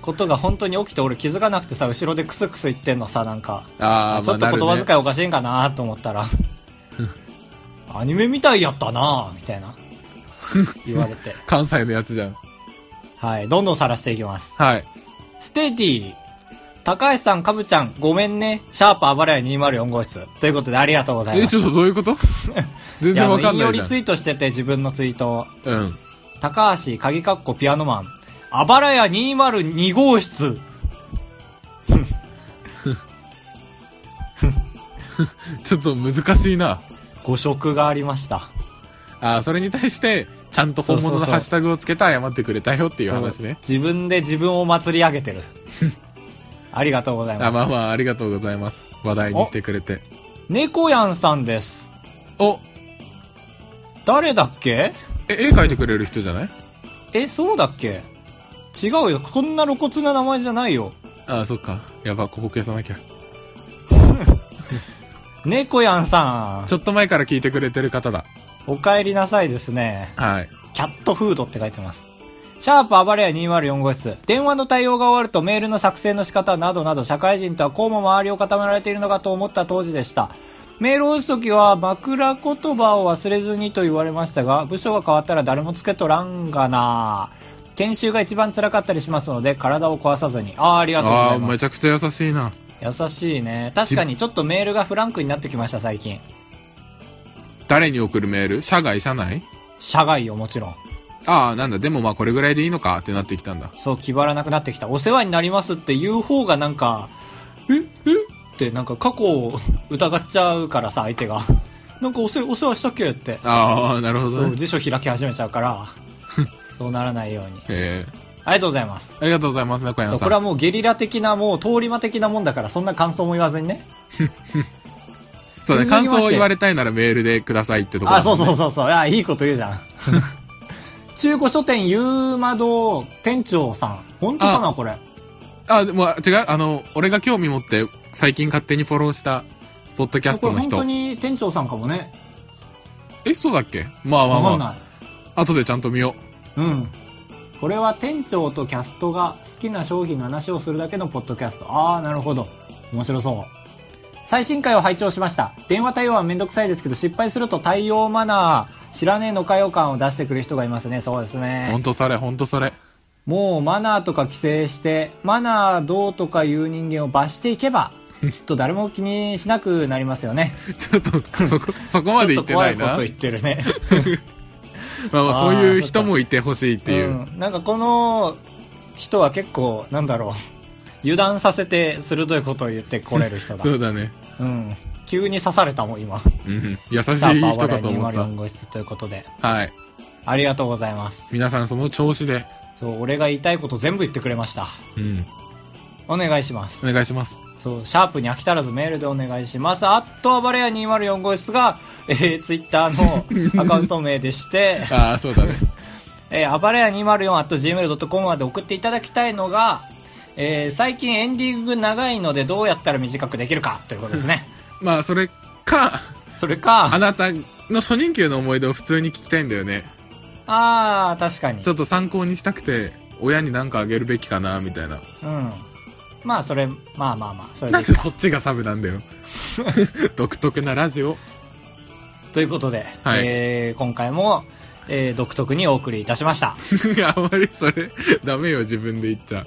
Speaker 2: ことが本当に起きて俺気づかなくてさ、後ろでクスクス言ってんのさ、なんか。
Speaker 1: ああ、
Speaker 2: ちょっと言葉
Speaker 1: い。
Speaker 2: 遣いおかしいんかなと思っ たら、アニメみたいやったなみたいな、言われて。
Speaker 1: 関西のやつじゃん。
Speaker 2: はい、どんどん晒していきます。
Speaker 1: はい。
Speaker 2: ステディ、高橋さん、かぶちゃん、ごめんね、シャープあばらや204号室。ということでありがとうござい
Speaker 1: え、
Speaker 2: ます。
Speaker 1: ちょっとどういうこと 全
Speaker 2: い
Speaker 1: 然
Speaker 2: やあの
Speaker 1: わかん
Speaker 2: 引
Speaker 1: な
Speaker 2: 用
Speaker 1: いじ
Speaker 2: リ
Speaker 1: ゃん
Speaker 2: ツ。イートしてて、自分のツイートを。
Speaker 1: うん。
Speaker 2: 高橋、鍵かっこピアノマン、あばらや202号室。
Speaker 1: ちょっと難しいな。
Speaker 2: 誤色がありました。
Speaker 1: あーそれに対して、ちゃんと本物
Speaker 2: そうそう
Speaker 1: の
Speaker 2: そう
Speaker 1: ハッシュタグをつけて謝ってくれたよっていう話ね。
Speaker 2: そう自分で自分を祭り上げてる。 ありがとうございま
Speaker 1: あ
Speaker 2: す。
Speaker 1: まあまあ、ありがとうございます。話題にしてくれて。
Speaker 2: 猫やんさんです。
Speaker 1: お
Speaker 2: 誰だっけ
Speaker 1: え、絵描いてくれる人じゃない
Speaker 2: え、そうだっけ違うよ。こんな露骨な名前じゃないよ。
Speaker 1: あーそっか。やば、ここ消さなきゃ。
Speaker 2: 猫やんさん。
Speaker 1: ちょっと前から聞いてくれてる方だ。
Speaker 2: お帰りなさいですね。
Speaker 1: はい。
Speaker 2: キャットフードって書いてます。シャープ暴れや204号室。電話の対応が終わるとメールの作成の仕方などなど社会人とはこうも周りを固められているのかと思った当時でした。メールを打つときは枕言葉を忘れずにと言われましたが、部署が変わったら誰もつけとらんがな研修が一番辛かったりしますので、体を壊さずに。ああ、ありがとうござ
Speaker 1: あ
Speaker 2: い
Speaker 1: ー
Speaker 2: ま
Speaker 1: め
Speaker 2: す。
Speaker 1: ちゃくちゃ優しいな。
Speaker 2: 優しいね。確かにちょっとメールがフランクになってきました、最近。
Speaker 1: 誰に送るメール社外、社内
Speaker 2: 社外よ、もちろん。
Speaker 1: ああ、なんだ、でもまあこれぐらいでいいのかってなってきたんだ。
Speaker 2: そう、気張らなくなってきた。お世話になりますって言う方がなんか、ええってなんか過去を疑っちゃうからさ、相手 が。なんかお世お世話したっけって。
Speaker 1: ああ、なるほ
Speaker 2: そ
Speaker 1: ど
Speaker 2: う、
Speaker 1: ね。
Speaker 2: 辞書開き始めちゃ うから、そうならないように。
Speaker 1: え
Speaker 2: ありがとうございます。
Speaker 1: ー、ありがとうございます、猫
Speaker 2: そ
Speaker 1: 山
Speaker 2: う、
Speaker 1: さ
Speaker 2: こ
Speaker 1: ん
Speaker 2: れは。もうゲリラ的な、もう通り魔的なもんだから、そんな感想も言わずにね。
Speaker 1: そうね、
Speaker 2: 続きまし
Speaker 1: 感
Speaker 2: て
Speaker 1: 想を言われたいならメールでくださいってところ、。
Speaker 2: あ、そうそううそうそう。あ、いいこと言う じゃん。中古書店ゆうま堂店長さん。本当かな、
Speaker 1: あ
Speaker 2: これ。
Speaker 1: あ、でも違う、あの、俺が興味持って最近勝手にフォローした、ポッドキャス
Speaker 2: こ
Speaker 1: ト
Speaker 2: れ
Speaker 1: の
Speaker 2: 本当
Speaker 1: 人。
Speaker 2: に店長さんかもね。
Speaker 1: え、そうだっけまあま
Speaker 2: わか
Speaker 1: あ
Speaker 2: ん
Speaker 1: ま
Speaker 2: ない。
Speaker 1: あ。後でちゃんと見よ
Speaker 2: うん。これは店長とキャストが好きな商品の話をするだけのポッドキャスト。ああ、なるほど。面白そう。最新回を拝聴しました。電話対応はめんどくさいですけど、失敗すると対応マナー、知らねえのかよ感を出してくる人がいますね。そうですね。
Speaker 1: ほんとそれ、ほんとそれ。
Speaker 2: もうマナーとか規制して、マナーどうとかいう人間を罰していけば、きっと誰も気にしなくなります よね。
Speaker 1: ちょっと、そ こ、そこまで
Speaker 2: ち
Speaker 1: 言
Speaker 2: ょ
Speaker 1: っ
Speaker 2: っ
Speaker 1: ない
Speaker 2: てと怖いこ
Speaker 1: な。
Speaker 2: と言ってるね。
Speaker 1: まあまあ、
Speaker 2: あー
Speaker 1: そういう人もいてほしいっていう。
Speaker 2: うん、なんかこの人は結構、なんだろう。 油断させて鋭いことを言ってこれる人だ。
Speaker 1: そうだね。
Speaker 2: うん。急に刺されたもん、今。
Speaker 1: うん。優しい
Speaker 2: シャーパー
Speaker 1: 人
Speaker 2: 我
Speaker 1: か
Speaker 2: 々
Speaker 1: と思っ
Speaker 2: 204号室ということで。
Speaker 1: た。はい。
Speaker 2: ありがとうございます。
Speaker 1: 皆さんその調子で、
Speaker 2: そう、俺が言いたいこと全部言ってくれました。
Speaker 1: うん。
Speaker 2: お願いします。
Speaker 1: お願いし ます。
Speaker 2: そう、シャープに飽き足らずメールでお願いします。あと、暴れ屋204号室が、えー、ツイッターのアカウント名でして、
Speaker 1: ああ、そうだね。
Speaker 2: えー、暴れ屋 204.gmail.com まで送っていただきたいのが、えー、最近エンディング長いのでどうやったら短くできるかということですね。
Speaker 1: まあ、それか、
Speaker 2: それ
Speaker 1: あ
Speaker 2: か、
Speaker 1: なたの初任給の思い出を普通に聞きたいんだよね。
Speaker 2: あー、確かに
Speaker 1: ち。ょっと参考にしたくて、親に何かあげるべきかな、みたいな。
Speaker 2: うん。まあ、それ、まあまあまあ、それ
Speaker 1: な
Speaker 2: でい
Speaker 1: ん
Speaker 2: い
Speaker 1: で
Speaker 2: か。
Speaker 1: そっちがサブなんだ よ。独特なラジオ。
Speaker 2: ということで、
Speaker 1: はい
Speaker 2: えー今回も、えー、独特にお送りいたしました。
Speaker 1: あんまりそれ、ダメよ、自分で言っちゃ。